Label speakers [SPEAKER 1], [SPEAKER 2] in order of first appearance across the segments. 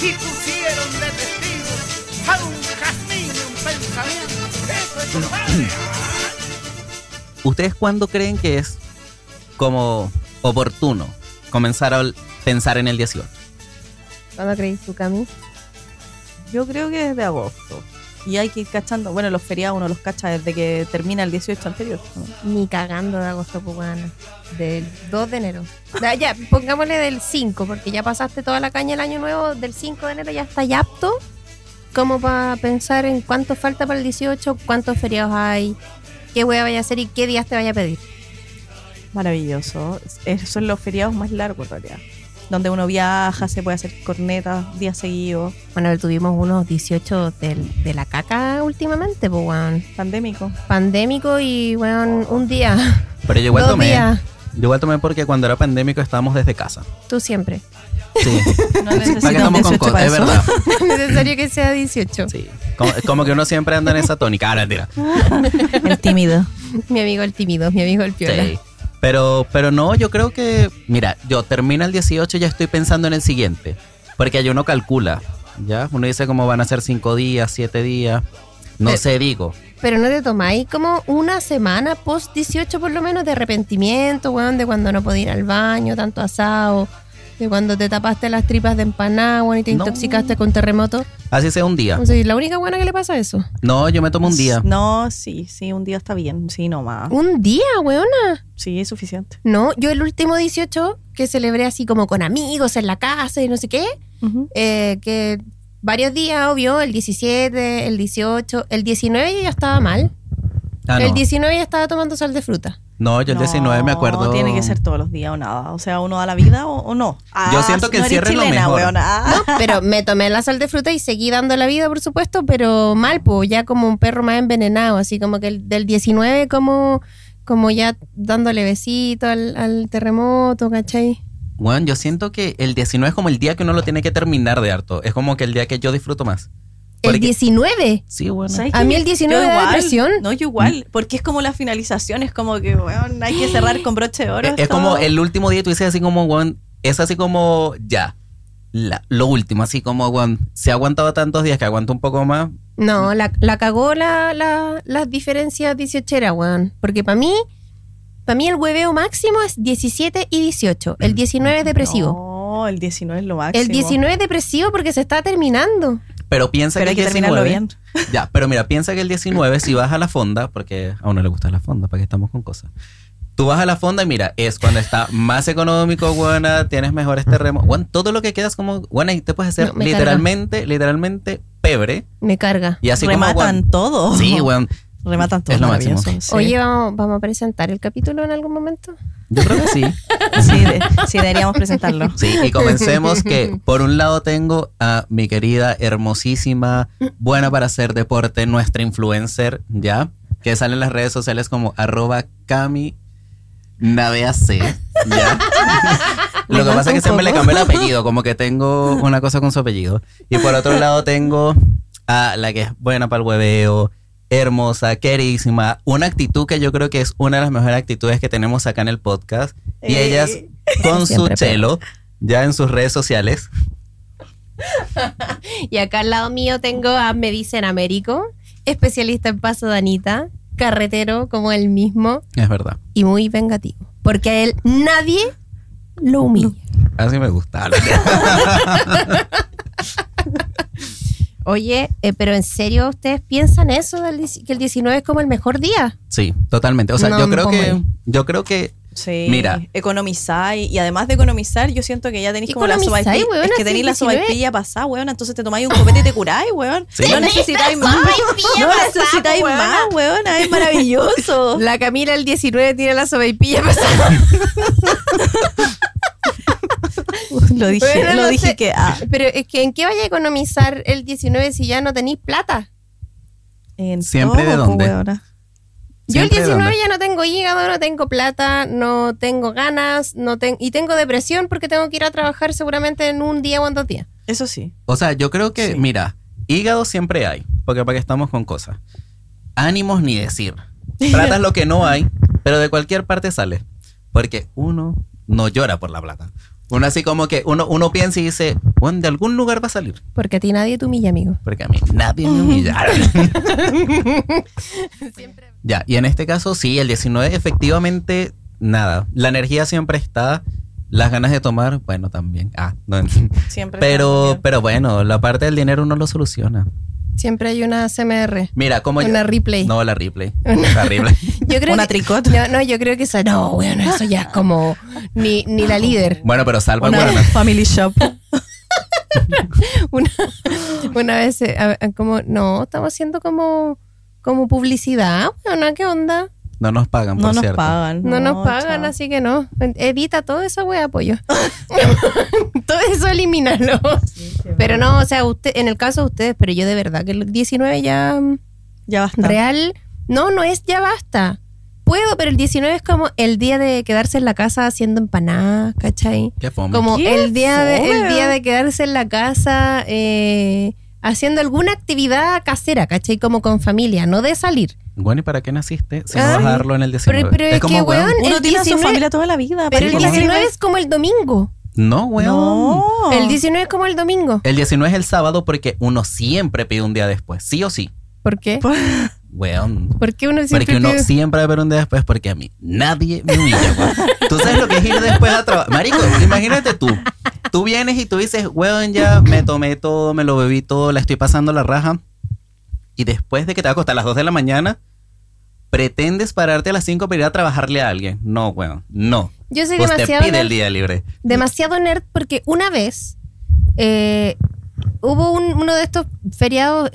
[SPEAKER 1] y pusieron de testigo a un jazmín y un pensamiento. Eso es compadre.
[SPEAKER 2] ¿Ustedes cuándo creen que es como oportuno comenzar a pensar en el 18?
[SPEAKER 3] ¿Cuándo crees tú, Cami?
[SPEAKER 4] Yo creo que desde agosto. Y hay que ir cachando. Bueno, los feriados uno los cacha desde que termina el 18 anterior. ¿no?
[SPEAKER 3] Ni cagando de agosto, pues, weona. Del 2 de enero. Da, ya, pongámosle del 5, porque ya pasaste toda la caña el año nuevo. Del 5 de enero ya está ya apto como para pensar en cuánto falta para el 18, cuántos feriados hay, qué hueá vaya a hacer y qué días te vaya a pedir.
[SPEAKER 4] Maravilloso. Es- son los feriados más largos, en realidad. Donde uno viaja, se puede hacer cornetas días seguidos,
[SPEAKER 3] Bueno, tuvimos unos 18 del- de la caca últimamente, pues, weón.
[SPEAKER 4] pandémico.
[SPEAKER 3] Pandémico y, weón, un día.
[SPEAKER 2] Pero yo igual
[SPEAKER 3] dos
[SPEAKER 2] tomé.
[SPEAKER 3] días.
[SPEAKER 2] Yo igual tomé porque cuando era pandémico estábamos desde casa.
[SPEAKER 3] Tú siempre.
[SPEAKER 2] Sí.
[SPEAKER 4] No
[SPEAKER 2] ¿Para qué
[SPEAKER 4] necesitamos
[SPEAKER 2] estamos con cosas? Es verdad.
[SPEAKER 3] es necesario que sea 18.
[SPEAKER 2] Sí. Como, como que uno siempre anda en esa tónica. Ahora, mentira.
[SPEAKER 4] El tímido.
[SPEAKER 3] Mi amigo el tímido, mi amigo el piola.
[SPEAKER 2] Sí. Pero, pero no, yo creo que, mira, yo termino el 18 y ya estoy pensando en el siguiente. Porque ahí uno calcula, ¿ya? Uno dice cómo van a ser cinco días, siete días. No
[SPEAKER 3] Eh.
[SPEAKER 2] sé, digo.
[SPEAKER 3] Pero no te tomáis como una semana post 18 por lo menos de arrepentimiento, weón, de cuando no podía ir al baño, tanto asado, de cuando te tapaste las tripas de empanada, weón, y te
[SPEAKER 2] No.
[SPEAKER 3] intoxicaste con terremoto.
[SPEAKER 2] Así sea un día.
[SPEAKER 3] No sé, la única buena que le pasa eso.
[SPEAKER 2] No, yo me tomo un día. Uh.
[SPEAKER 4] No, sí, sí, un día está bien. Sí, no
[SPEAKER 2] Ah.
[SPEAKER 4] más.
[SPEAKER 3] Un día, weona.
[SPEAKER 4] Sí, es suficiente.
[SPEAKER 3] No, yo el último 18 que celebré así como con amigos en la casa y no sé qué, eh, que varios días, obvio, el 17, el 18, el 19 yo ya estaba mal.
[SPEAKER 2] Ah,
[SPEAKER 3] El
[SPEAKER 2] no.
[SPEAKER 3] 19 ya estaba tomando sol de fruta.
[SPEAKER 2] No, yo el
[SPEAKER 4] No,
[SPEAKER 2] 19 me acuerdo.
[SPEAKER 4] Tiene que ser todos los días o nada. O sea, uno da la vida o, o no. Ah,
[SPEAKER 2] Yo siento que el
[SPEAKER 4] no eres
[SPEAKER 2] cierre es lo
[SPEAKER 4] chilena,
[SPEAKER 2] mejor.
[SPEAKER 4] weona. Ah.
[SPEAKER 3] Pero me tomé la sal de fruta y seguí dando la vida, por supuesto, pero mal, pues ya como un perro más envenenado, así como que el, del 19 como, como ya dándole besito al, al terremoto, ¿cachai?
[SPEAKER 2] Bueno, yo siento que el 19 es como el día que uno lo tiene que terminar de harto. Es como que el día que yo disfruto más.
[SPEAKER 3] El
[SPEAKER 2] Porque-
[SPEAKER 3] 19.
[SPEAKER 2] Sí, bueno.
[SPEAKER 4] ¿Sabes
[SPEAKER 3] A
[SPEAKER 4] qué?
[SPEAKER 3] mí el
[SPEAKER 4] Yo
[SPEAKER 3] 19 me da depresión.
[SPEAKER 4] No, yo igual. Porque es como la finalización. Es como que, weón, hay que cerrar con broche de oro.
[SPEAKER 2] E-, Es, es
[SPEAKER 4] esto.
[SPEAKER 2] como el último día, tú dices así como, weón, es así como, ya, la- lo último, así como, weón, se ha aguantado tantos días que aguanta un poco más.
[SPEAKER 3] No, la, la cagó la, la- las diferencias 18 weón. Porque para mí, para mí el hueveo máximo es 17 y 18. El 19 es depresivo.
[SPEAKER 4] No, el 19 es lo máximo.
[SPEAKER 3] el 19 es depresivo porque se está terminando.
[SPEAKER 2] Pero piensa
[SPEAKER 4] Pero hay
[SPEAKER 2] que
[SPEAKER 4] que
[SPEAKER 2] el
[SPEAKER 4] terminarlo
[SPEAKER 2] 19,
[SPEAKER 4] bien.
[SPEAKER 2] Ya, pero mira, piensa que el 19, si vas a la fonda, porque a uno le gusta la fonda, para que estamos con cosas. Tú vas a la fonda y mira, es cuando está más económico, buena, tienes mejores terremotos. Bueno, todo lo que quedas como, bueno, ahí te puedes hacer
[SPEAKER 3] No, me
[SPEAKER 2] literalmente, literalmente pebre.
[SPEAKER 3] Me carga.
[SPEAKER 2] Y así como,
[SPEAKER 4] Rematan
[SPEAKER 2] weón,
[SPEAKER 4] todo.
[SPEAKER 2] Sí, weón.
[SPEAKER 4] Rematan todo.
[SPEAKER 2] Es lo máximo.
[SPEAKER 4] maravilloso, sí.
[SPEAKER 3] Oye, vamos, vamos a presentar el capítulo en algún momento.
[SPEAKER 2] Yo creo que sí.
[SPEAKER 4] Sí, de- sí, deberíamos presentarlo.
[SPEAKER 2] Sí, y comencemos que por un lado tengo a mi querida, hermosísima, buena para hacer deporte, nuestra influencer, ¿ya? Que sale en las redes sociales como arroba cami navea C, ¿ya? Lo que
[SPEAKER 4] Le
[SPEAKER 2] pasa es que
[SPEAKER 4] falta un
[SPEAKER 2] siempre le
[SPEAKER 4] poco.
[SPEAKER 2] cambié el apellido, como que tengo una cosa con su apellido. Y por otro lado tengo a la que es buena para el hueveo, hermosa, queridísima, una actitud que yo creo que es una de las mejores actitudes que tenemos acá en el podcast. Y
[SPEAKER 4] Eh.
[SPEAKER 2] ellas con su
[SPEAKER 3] Siempre, pero-
[SPEAKER 2] chelo, ya en sus redes sociales.
[SPEAKER 3] Y acá al lado mío tengo a Me dicen Américo, especialista en paso de Anita, carretero como él mismo
[SPEAKER 2] Es verdad.
[SPEAKER 3] y muy vengativo. Porque a él nadie lo humilla.
[SPEAKER 2] Así me gusta.
[SPEAKER 3] Oye, eh, pero ¿en serio ustedes piensan eso, del dieci- que el 19 es como el mejor día?
[SPEAKER 2] Sí, totalmente. O sea,
[SPEAKER 3] No,
[SPEAKER 2] yo
[SPEAKER 3] me
[SPEAKER 2] creo
[SPEAKER 3] pongo
[SPEAKER 2] que
[SPEAKER 3] ahí.
[SPEAKER 2] yo creo que
[SPEAKER 4] Sí.
[SPEAKER 2] Mira.
[SPEAKER 4] Economizar. Y, y además de economizar, yo siento que ya tenéis como la
[SPEAKER 3] Economizáis,
[SPEAKER 4] sopaipilla.
[SPEAKER 3] weona,
[SPEAKER 4] Es
[SPEAKER 3] si
[SPEAKER 4] que tenéis la
[SPEAKER 3] 19.
[SPEAKER 4] sopaipilla pasada, weón. Entonces te tomáis un copete y te curáis, weón.
[SPEAKER 2] Sí.
[SPEAKER 4] No necesitáis más. No necesitáis más, weón. Es maravilloso.
[SPEAKER 3] La Camila el 19 tiene la sobaipilla
[SPEAKER 4] Lo dije,
[SPEAKER 3] Bueno,
[SPEAKER 4] lo
[SPEAKER 3] no
[SPEAKER 4] dije
[SPEAKER 3] sé.
[SPEAKER 4] que. ah,
[SPEAKER 3] Pero es que ¿en qué vaya a economizar el 19 si ya no tenéis plata?
[SPEAKER 4] en
[SPEAKER 2] Siempre de
[SPEAKER 4] todo, po,
[SPEAKER 2] dónde.
[SPEAKER 4] weona.
[SPEAKER 3] Yo el
[SPEAKER 2] Siempre de
[SPEAKER 3] 19
[SPEAKER 2] onda.
[SPEAKER 3] ya no tengo hígado, no tengo plata, no tengo ganas, no ten- y tengo depresión porque tengo que ir a trabajar seguramente en un día o en dos días.
[SPEAKER 4] Eso sí.
[SPEAKER 2] O sea, yo creo que,
[SPEAKER 4] Sí.
[SPEAKER 2] mira, hígado siempre hay, porque para que estamos con cosas. Ánimos ni decir. Tratas lo que no hay, pero de cualquier parte sale. Porque uno no llora por la plata. Uno así como que uno, uno piensa y dice, Bueno, de algún lugar va a salir.
[SPEAKER 3] Porque a ti nadie te humilla, amigo.
[SPEAKER 2] Porque a mí nadie me humillara. ya, y en este caso sí, el 19 efectivamente nada. La energía siempre está, las ganas de tomar, bueno, también. Ah, no,
[SPEAKER 4] Siempre.
[SPEAKER 2] pero,
[SPEAKER 4] está
[SPEAKER 2] pero bueno, la parte del dinero uno lo soluciona.
[SPEAKER 3] Siempre hay una CMR.
[SPEAKER 2] Mira, como yo-
[SPEAKER 3] Una replay.
[SPEAKER 2] No, la replay. La replay.
[SPEAKER 3] Yo creo
[SPEAKER 4] Una
[SPEAKER 3] que-
[SPEAKER 4] tricot.
[SPEAKER 3] No, no, yo creo que esa. No, bueno, eso ya es como. Ni, ni la líder.
[SPEAKER 2] Bueno, pero salva
[SPEAKER 4] Una
[SPEAKER 2] el guaraná.
[SPEAKER 4] family shop.
[SPEAKER 2] Ah,
[SPEAKER 3] Una, una vez. eh, a- a- como, no, estamos haciendo como. Como publicidad, bueno, ¿qué onda?
[SPEAKER 2] No nos pagan,
[SPEAKER 4] No
[SPEAKER 2] por
[SPEAKER 4] nos
[SPEAKER 2] cierto.
[SPEAKER 4] pagan.
[SPEAKER 3] No, nos pagan,
[SPEAKER 4] chao.
[SPEAKER 3] así que no. Evita toda esa wea, apoyo. todo eso elimínalo. Pero no, o sea, usted, en el caso de ustedes, pero yo de verdad que el 19 ya mm,
[SPEAKER 4] Ya basta.
[SPEAKER 3] real. No, no es ya basta. Puedo, pero el 19 es como el día de quedarse en la casa haciendo empanadas, ¿cachai?
[SPEAKER 2] Qué fome.
[SPEAKER 3] Como
[SPEAKER 4] Qué
[SPEAKER 3] el día, de, el
[SPEAKER 4] fome.
[SPEAKER 3] día de quedarse en la casa eh, haciendo alguna actividad casera, ¿cachai? Como con familia, no de salir.
[SPEAKER 2] Bueno, ¿y para qué naciste? Si no
[SPEAKER 3] Ah.
[SPEAKER 2] vas a darlo en el 19.
[SPEAKER 3] Pero- pero es que, weón,
[SPEAKER 4] Uno
[SPEAKER 3] el
[SPEAKER 4] tiene a su
[SPEAKER 3] 19
[SPEAKER 4] familia toda la vida.
[SPEAKER 3] Pero el
[SPEAKER 4] ¿para qué
[SPEAKER 3] 19
[SPEAKER 4] quieres?
[SPEAKER 3] es como el domingo.
[SPEAKER 2] No, weón.
[SPEAKER 4] No.
[SPEAKER 3] El 19 es como el domingo.
[SPEAKER 2] El 19 es el sábado porque uno siempre pide un día después, sí o sí.
[SPEAKER 3] ¿Por qué?
[SPEAKER 2] Weón.
[SPEAKER 3] ¿Por qué uno siempre
[SPEAKER 2] Porque uno
[SPEAKER 3] pide-
[SPEAKER 2] siempre pide un día después porque a mí nadie me humilla. weón. Tú sabes lo que es ir después a trabajar. Marico, imagínate tú. Tú vienes y tú dices, weón, ya me tomé todo, me lo bebí todo, la estoy pasando la raja. Y después de que te va a acostar a las 2 de la mañana, pretendes pararte a las 5 para ir a trabajarle a alguien. No, weón, no.
[SPEAKER 3] Yo soy
[SPEAKER 2] Pues te
[SPEAKER 3] demasiado
[SPEAKER 2] pide el
[SPEAKER 3] nerd,
[SPEAKER 2] día libre.
[SPEAKER 3] demasiado nerd porque una vez eh, hubo un- uno de estos feriados,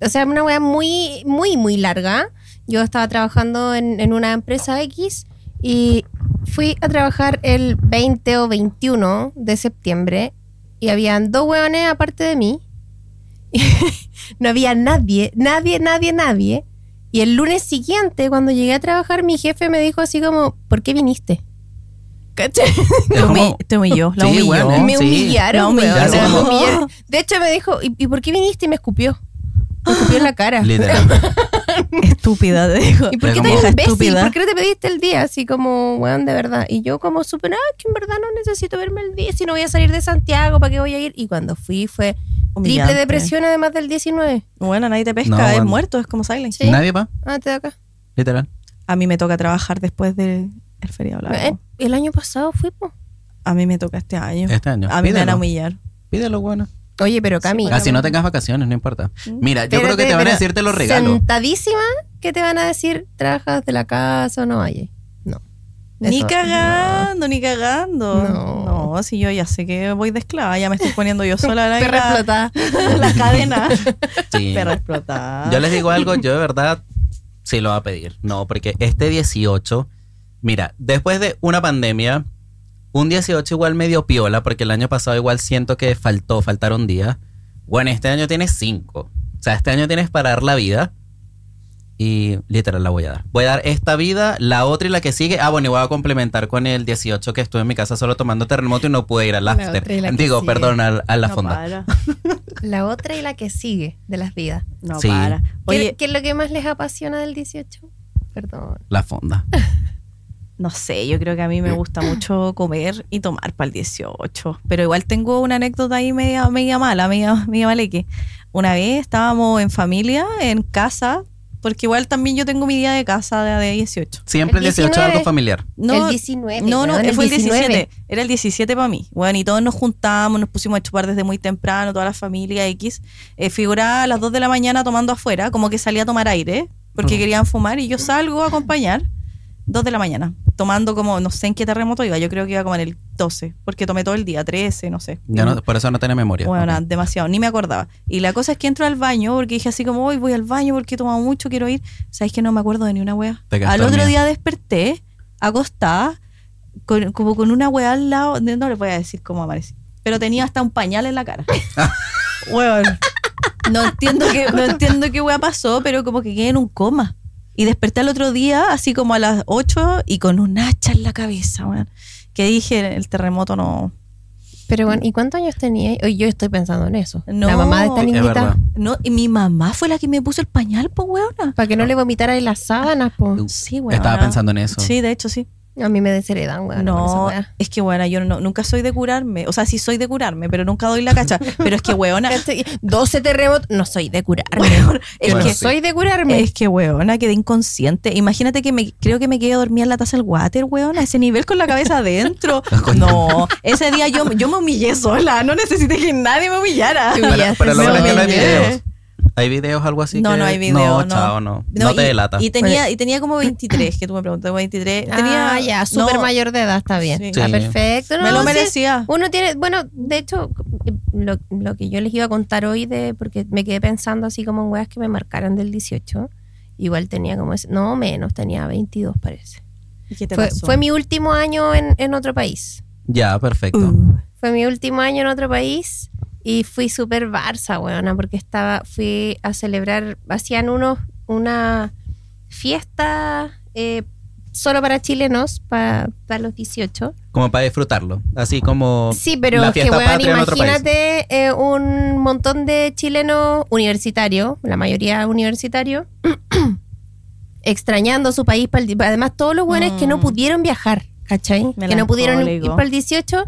[SPEAKER 3] o sea, una weá muy, muy, muy larga. Yo estaba trabajando en, en una empresa X y fui a trabajar el 20 o 21 de septiembre y habían dos weones aparte de mí. no había nadie, nadie, nadie, nadie. Y el lunes siguiente, cuando llegué a trabajar, mi jefe me dijo así como, ¿por qué viniste? ¿Cachai?
[SPEAKER 2] Es
[SPEAKER 4] Te
[SPEAKER 2] como-
[SPEAKER 4] humi- Te humilló. La
[SPEAKER 2] Sí,
[SPEAKER 4] humilló.
[SPEAKER 2] weón,
[SPEAKER 3] Ah, Me
[SPEAKER 2] Sí.
[SPEAKER 4] La
[SPEAKER 3] humillaron,
[SPEAKER 4] humillaron.
[SPEAKER 3] weón, o sea, me
[SPEAKER 2] Como-
[SPEAKER 3] humillaron. De hecho, me dijo, ¿y, y por qué viniste? Y me escupió. Me escupió en la cara.
[SPEAKER 2] Literal.
[SPEAKER 4] Estúpida, te dijo.
[SPEAKER 3] ¿Y por
[SPEAKER 2] Pero
[SPEAKER 3] qué tan
[SPEAKER 2] como-
[SPEAKER 3] imbécil?
[SPEAKER 4] Estúpida.
[SPEAKER 3] ¿Por qué no te pediste el día? Así como, weón, de verdad. Y yo como súper, ah, que en verdad no necesito verme el día. Si no voy a salir de Santiago, ¿para qué voy a ir? Y cuando fui fue
[SPEAKER 4] Humillante.
[SPEAKER 3] triple depresión además del 19.
[SPEAKER 4] Bueno, nadie te pesca,
[SPEAKER 2] No,
[SPEAKER 4] es
[SPEAKER 2] weón.
[SPEAKER 4] muerto, es como Silent.
[SPEAKER 3] Sí.
[SPEAKER 2] Nadie va,
[SPEAKER 3] Ah, te da acá.
[SPEAKER 2] literal.
[SPEAKER 4] A mí me toca trabajar después del el feriado. la verdad.
[SPEAKER 3] Eh, El año pasado fui, po.
[SPEAKER 4] A mí me toca este año.
[SPEAKER 2] Este año.
[SPEAKER 4] A mí me van a
[SPEAKER 2] Pídelo.
[SPEAKER 4] humillar.
[SPEAKER 2] Pídelo, bueno.
[SPEAKER 3] Oye, pero Cami.
[SPEAKER 2] Así no tengas vacaciones, no importa. Mira, yo creo que
[SPEAKER 3] espérate,
[SPEAKER 2] te van a
[SPEAKER 3] pero
[SPEAKER 2] decirte los regalos.
[SPEAKER 3] Sentadísima que te van a decir, trabajas de la casa o no vayas. No.
[SPEAKER 4] Ni
[SPEAKER 3] Eso-
[SPEAKER 4] cagando, ni cagando.
[SPEAKER 3] No.
[SPEAKER 4] No, si yo ya sé que voy de esclava, ya me estoy poniendo yo sola la,
[SPEAKER 3] Perra explotada.
[SPEAKER 4] la cadena.
[SPEAKER 2] Sí.
[SPEAKER 4] Perra explotada.
[SPEAKER 2] Yo les digo algo, yo de verdad sí lo voy a pedir. No, porque este 18, mira, después de una pandemia, un 18 igual medio piola, porque el año pasado igual siento que faltó, faltaron días. Bueno, este año tienes 5. O sea, este año tienes para dar la vida. Y literal la voy a dar. Voy a dar esta vida, la otra y la que sigue. Ah, bueno, y voy a complementar con el 18 que estuve en mi casa solo tomando terremoto y no pude ir al
[SPEAKER 3] La
[SPEAKER 2] after.
[SPEAKER 3] otra y la que
[SPEAKER 2] Digo,
[SPEAKER 3] sigue.
[SPEAKER 2] perdón, al- a, la
[SPEAKER 4] no
[SPEAKER 2] fonda.
[SPEAKER 4] Para,
[SPEAKER 3] La otra y la que sigue de las vidas.
[SPEAKER 4] no
[SPEAKER 2] Sí.
[SPEAKER 4] para.
[SPEAKER 3] ¿Qué,
[SPEAKER 4] Oye,
[SPEAKER 3] qué es lo que más les apasiona del 18? Perdón.
[SPEAKER 2] La fonda.
[SPEAKER 4] no sé, yo creo que a mí me gusta mucho comer y tomar para el 18. Pero igual tengo una anécdota ahí media, media mala, media, media maleque. Una vez estábamos en familia, en casa, porque igual también yo tengo mi día de casa de, de 18.
[SPEAKER 2] Siempre el
[SPEAKER 3] El
[SPEAKER 2] 18 es
[SPEAKER 3] 19.
[SPEAKER 2] algo familiar.
[SPEAKER 4] No,
[SPEAKER 3] el 19.
[SPEAKER 4] No, no,
[SPEAKER 3] weón,
[SPEAKER 4] fue el
[SPEAKER 3] 19.
[SPEAKER 4] 17. Era el 17 para mí. Bueno, y todos nos juntamos, nos pusimos a chupar desde muy temprano, toda la familia X. Eh, figuraba a las 2 de la mañana tomando afuera, como que salía a tomar aire, porque
[SPEAKER 2] Mm.
[SPEAKER 4] querían fumar, y yo salgo a acompañar. 2 de la mañana, tomando como, no sé en qué terremoto iba, yo creo que iba como en el 12, porque tomé todo el día, 13, no sé.
[SPEAKER 2] Ya no- por eso no tiene memoria.
[SPEAKER 4] Mm. Bueno,
[SPEAKER 2] Ok.
[SPEAKER 4] demasiado, ni me acordaba. Y la cosa es que entro al baño, porque dije así como, hoy voy al baño porque he tomado mucho, quiero ir. ¿Sabes que no me acuerdo de ni una wea?
[SPEAKER 2] Te quedaste
[SPEAKER 4] Al otro
[SPEAKER 2] dormida.
[SPEAKER 4] día desperté, acostada, con- como con una wea al lado. No, no le voy a decir cómo amanecí, pero tenía hasta un pañal en la cara. Weón. No entiendo, qué, no entiendo qué wea pasó, pero como que quedé en un coma. Y desperté al otro día, así como a las 8, y con un hacha en la cabeza, weón. Que dije, el terremoto no,
[SPEAKER 3] Pero bueno, ¿y cuántos años tenía? Oye, yo estoy pensando en eso.
[SPEAKER 4] No.
[SPEAKER 3] La mamá de esta
[SPEAKER 4] Es
[SPEAKER 3] niñita.
[SPEAKER 2] verdad.
[SPEAKER 4] No, y mi mamá fue la que me puso el pañal, po, weona.
[SPEAKER 3] Para que no le vomitara en las sábanas, po.
[SPEAKER 4] Sí, weona.
[SPEAKER 2] Estaba pensando en eso.
[SPEAKER 4] Sí, de hecho, sí.
[SPEAKER 3] A mí me desheredan, weón. con esa
[SPEAKER 4] No,
[SPEAKER 3] weá.
[SPEAKER 4] es que bueno, yo no, nunca soy de curarme. O sea, sí soy de curarme, pero nunca doy la cacha. Pero es que weona, es
[SPEAKER 3] Este- 12 terremotos. No soy de curarme. es
[SPEAKER 2] Bueno,
[SPEAKER 3] que
[SPEAKER 2] sí.
[SPEAKER 3] soy de curarme.
[SPEAKER 4] que, weona, quedé inconsciente. Imagínate que me, creo que me quedé dormida en la taza del water, weona, a ese nivel con la cabeza adentro. No, ese día yo, yo me humillé sola, no necesité que nadie me humillara.
[SPEAKER 3] Te
[SPEAKER 2] Pero,
[SPEAKER 3] humillaste,
[SPEAKER 2] pero lo
[SPEAKER 3] me
[SPEAKER 2] bueno es que no hay
[SPEAKER 3] humillé.
[SPEAKER 2] videos. ¿Hay videos algo así?
[SPEAKER 4] No,
[SPEAKER 2] que-
[SPEAKER 4] no hay video.
[SPEAKER 2] No, chao, no. No, te
[SPEAKER 4] y,
[SPEAKER 2] delata.
[SPEAKER 4] Y tenía, y tenía como 23, que tú me preguntas, 23.
[SPEAKER 3] Ah,
[SPEAKER 4] tenía,
[SPEAKER 3] ya,
[SPEAKER 4] no,
[SPEAKER 3] súper mayor de edad, está bien.
[SPEAKER 4] Sí.
[SPEAKER 3] Está
[SPEAKER 2] Sí.
[SPEAKER 3] perfecto.
[SPEAKER 4] Me
[SPEAKER 3] No,
[SPEAKER 4] lo
[SPEAKER 3] sí, Uh,
[SPEAKER 4] merecía.
[SPEAKER 3] Uno tiene, bueno, de hecho, lo, lo que yo les iba a contar hoy, de porque me quedé pensando así como en weas que me marcaron del 18, igual tenía como, ese- no menos, tenía 22 parece.
[SPEAKER 4] ¿Y qué te
[SPEAKER 3] Fue,
[SPEAKER 4] pasó?
[SPEAKER 3] fue mi último año en, en otro país.
[SPEAKER 2] Ya, perfecto.
[SPEAKER 4] Uh,
[SPEAKER 3] Fue mi último año en otro país y fui súper barça, weona, porque estaba, fui a celebrar, hacían unos, una fiesta eh, solo para chilenos, pa- para los 18.
[SPEAKER 2] Como para disfrutarlo. Así como.
[SPEAKER 3] Sí, pero
[SPEAKER 2] la
[SPEAKER 3] es que,
[SPEAKER 2] fiesta
[SPEAKER 3] weón,
[SPEAKER 2] patria en otro país.
[SPEAKER 3] imagínate eh, un montón de chilenos universitarios, la mayoría universitarios, extrañando su país. pa'l di- además, todos los buenos que no
[SPEAKER 4] Mm.
[SPEAKER 3] pudieron viajar, ¿cachai? Que no pudieron ir
[SPEAKER 4] Melancólico.
[SPEAKER 3] para el 18.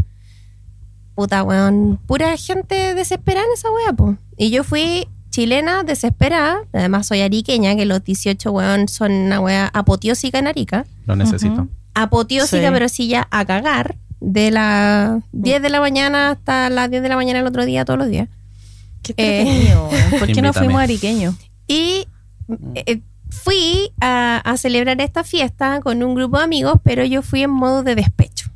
[SPEAKER 3] Puta, weón, pura gente desesperada en esa wea, po. Y yo fui chilena desesperada, además soy ariqueña, que los 18, weón, son una wea apoteósica en Arica
[SPEAKER 2] Lo necesito.
[SPEAKER 4] Ujú.
[SPEAKER 3] apoteósica,
[SPEAKER 4] Sí. Mm.
[SPEAKER 3] pero sí ya a cagar, de las 10 de la mañana hasta las 10 de la mañana el otro día, todos los días.
[SPEAKER 4] qué
[SPEAKER 3] Eh.
[SPEAKER 4] entretenido. ¿Por qué no
[SPEAKER 2] Invítame.
[SPEAKER 4] fuimos ariqueños?
[SPEAKER 3] Y
[SPEAKER 4] Mm.
[SPEAKER 3] eh, fui a, a celebrar esta fiesta con un grupo de amigos, pero yo fui en modo de despecho.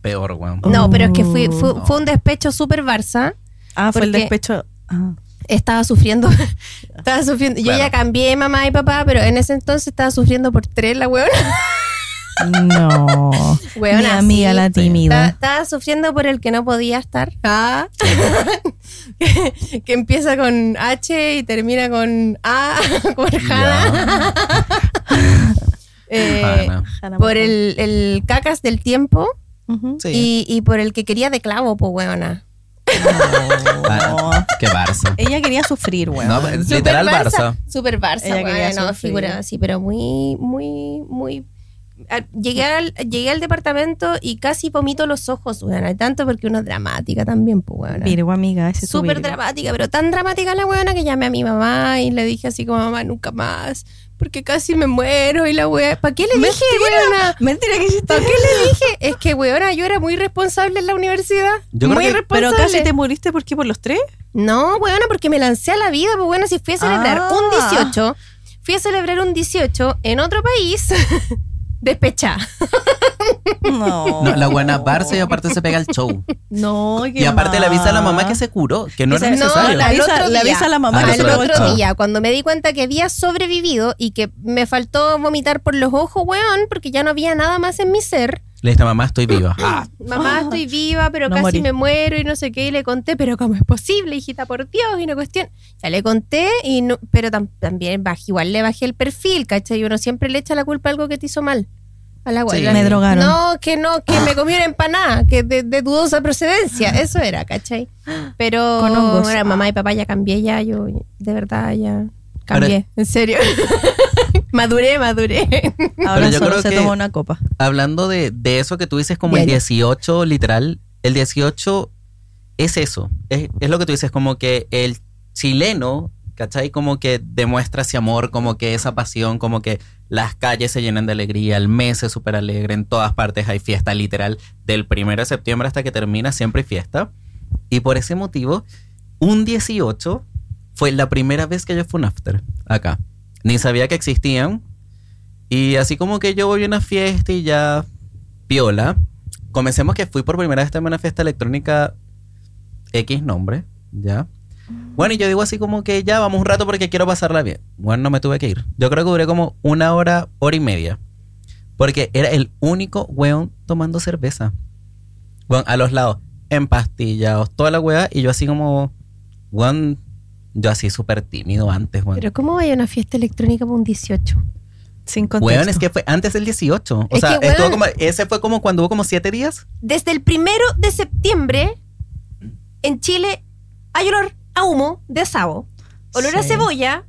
[SPEAKER 2] Peor, weón.
[SPEAKER 3] No,
[SPEAKER 4] Oh.
[SPEAKER 3] pero es que fui, fue,
[SPEAKER 2] No.
[SPEAKER 3] fue un despecho súper barça.
[SPEAKER 4] Ah, fue el
[SPEAKER 3] Porque-
[SPEAKER 4] despecho. Ah.
[SPEAKER 3] Estaba sufriendo. estaba sufriendo. Yo
[SPEAKER 2] Claro.
[SPEAKER 3] ya cambié de mamá y papá, pero en ese entonces estaba sufriendo por tres la huevona.
[SPEAKER 4] No.
[SPEAKER 3] Weona,
[SPEAKER 4] Mi amiga
[SPEAKER 3] sí.
[SPEAKER 4] la
[SPEAKER 3] Ta-
[SPEAKER 4] tímida.
[SPEAKER 3] Estaba sufriendo por el que no podía estar. Ah. que, que empieza con H y termina con A, Corjada.
[SPEAKER 2] Ya.
[SPEAKER 3] Eh,
[SPEAKER 2] Ana.
[SPEAKER 3] por el, el cacas del tiempo
[SPEAKER 4] Ujú.
[SPEAKER 2] Sí.
[SPEAKER 3] y, y por el que quería de clavo, po
[SPEAKER 2] Ana.
[SPEAKER 3] weona.
[SPEAKER 2] Ah, Qué Barça.
[SPEAKER 4] Ella quería sufrir, Eh, weón.
[SPEAKER 2] No, pero- Literal
[SPEAKER 3] Super
[SPEAKER 2] Barça.
[SPEAKER 3] Super Barça,
[SPEAKER 4] Ella quería
[SPEAKER 3] weona, no,
[SPEAKER 4] sufrir.
[SPEAKER 3] figura así, pero muy, muy, muy. Ah, Llegué al, llegué al departamento y casi vomito los ojos, weona. y Tanto porque uno es dramática también, po weona.
[SPEAKER 4] Virgo, amiga, ese es tu
[SPEAKER 3] súper
[SPEAKER 4] Virgo.
[SPEAKER 3] dramática, pero tan dramática la weona que llamé a mi mamá y le dije así como mamá, nunca más, porque casi me muero y la weona, ¿para qué le dije, weona?
[SPEAKER 4] Mentira que hiciste.
[SPEAKER 3] ¿Para qué le dije? Es que weona, yo era muy responsable en la universidad.
[SPEAKER 2] Yo creo
[SPEAKER 3] muy
[SPEAKER 2] que-
[SPEAKER 3] responsable.
[SPEAKER 4] Pero casi te muriste, ¿por qué? ¿Por los tres?
[SPEAKER 3] No, weona, porque me lancé a la vida, pues bueno, si fui a celebrar
[SPEAKER 4] Ah.
[SPEAKER 3] un 18, fui a celebrar un 18 en otro país, despechada.
[SPEAKER 4] No.
[SPEAKER 2] No, la buena Barça y aparte se pega el show.
[SPEAKER 4] No,
[SPEAKER 2] Y aparte le avisa a la mamá que se curó, que no era
[SPEAKER 4] Esa- no,
[SPEAKER 2] necesario.
[SPEAKER 4] la-
[SPEAKER 3] al
[SPEAKER 4] avisa-
[SPEAKER 3] otro
[SPEAKER 4] le
[SPEAKER 3] día.
[SPEAKER 4] avisa a la mamá
[SPEAKER 2] que
[SPEAKER 3] Al
[SPEAKER 2] se lo
[SPEAKER 3] otro
[SPEAKER 2] echó.
[SPEAKER 3] día, cuando me di cuenta que había sobrevivido y que me faltó vomitar por los ojos, weón, porque ya no había nada más en mi ser.
[SPEAKER 2] Le dije, mamá, estoy viva. Ah,
[SPEAKER 3] Mamá, estoy viva, pero
[SPEAKER 4] No
[SPEAKER 3] casi
[SPEAKER 4] morí.
[SPEAKER 3] me muero y no sé qué. Y le conté, pero ¿cómo es posible, hijita? Por Dios, y no cuestión. Ya le conté, y no, pero tam- también bajé, igual le bajé el perfil, ¿cachai? Uno siempre le echa la culpa a algo que te hizo mal. A la
[SPEAKER 2] Sí.
[SPEAKER 3] la-
[SPEAKER 4] Me drogaron.
[SPEAKER 3] No, que no, que me comí una empanada, que de, de dudosa procedencia. Eso era, ¿cachai? Pero
[SPEAKER 4] Con hongos.
[SPEAKER 3] ahora mamá y papá ya cambié, ya yo de verdad ya cambié, en serio. maduré, maduré.
[SPEAKER 4] Ahora
[SPEAKER 2] Pero yo
[SPEAKER 4] solo
[SPEAKER 2] creo
[SPEAKER 4] se
[SPEAKER 2] que-
[SPEAKER 4] toma una copa.
[SPEAKER 2] hablando de, de eso que tú dices como el
[SPEAKER 3] Bueno.
[SPEAKER 2] 18, literal, el 18 es eso, es, es lo que tú dices, como que el chileno, ¿cachai? Como que demuestra ese amor, como que esa pasión, como que las calles se llenan de alegría, el mes es súper alegre, en todas partes hay fiesta, literal, del 1 de septiembre hasta que termina siempre hay fiesta. Y por ese motivo, un 18 fue la primera vez que yo fui a un after acá. Ni sabía que existían. Y así como que yo voy a una fiesta y ya piola. Comencemos que fui por primera vez a una fiesta electrónica X nombre, ¿ya? Bueno, y yo digo así como que ya vamos un rato porque quiero pasarla bien. Bueno, no me tuve que ir. Yo creo que duré como una hora, hora y media. Porque era el único weón tomando cerveza. Weón, a los lados, empastillados, toda la weá. Y yo así como, weón, yo así súper tímido antes, weón.
[SPEAKER 3] Pero ¿cómo vaya a una fiesta electrónica para un 18?
[SPEAKER 4] Sin contexto.
[SPEAKER 2] Weón, es que fue antes del 18. O
[SPEAKER 3] Es
[SPEAKER 2] sea,
[SPEAKER 3] que,
[SPEAKER 2] estuvo
[SPEAKER 3] weón-
[SPEAKER 2] como, ese fue como cuando hubo como siete días.
[SPEAKER 3] Desde el primero de septiembre en Chile hay olor a humo de sabo, olor a
[SPEAKER 4] Sí.
[SPEAKER 3] cebolla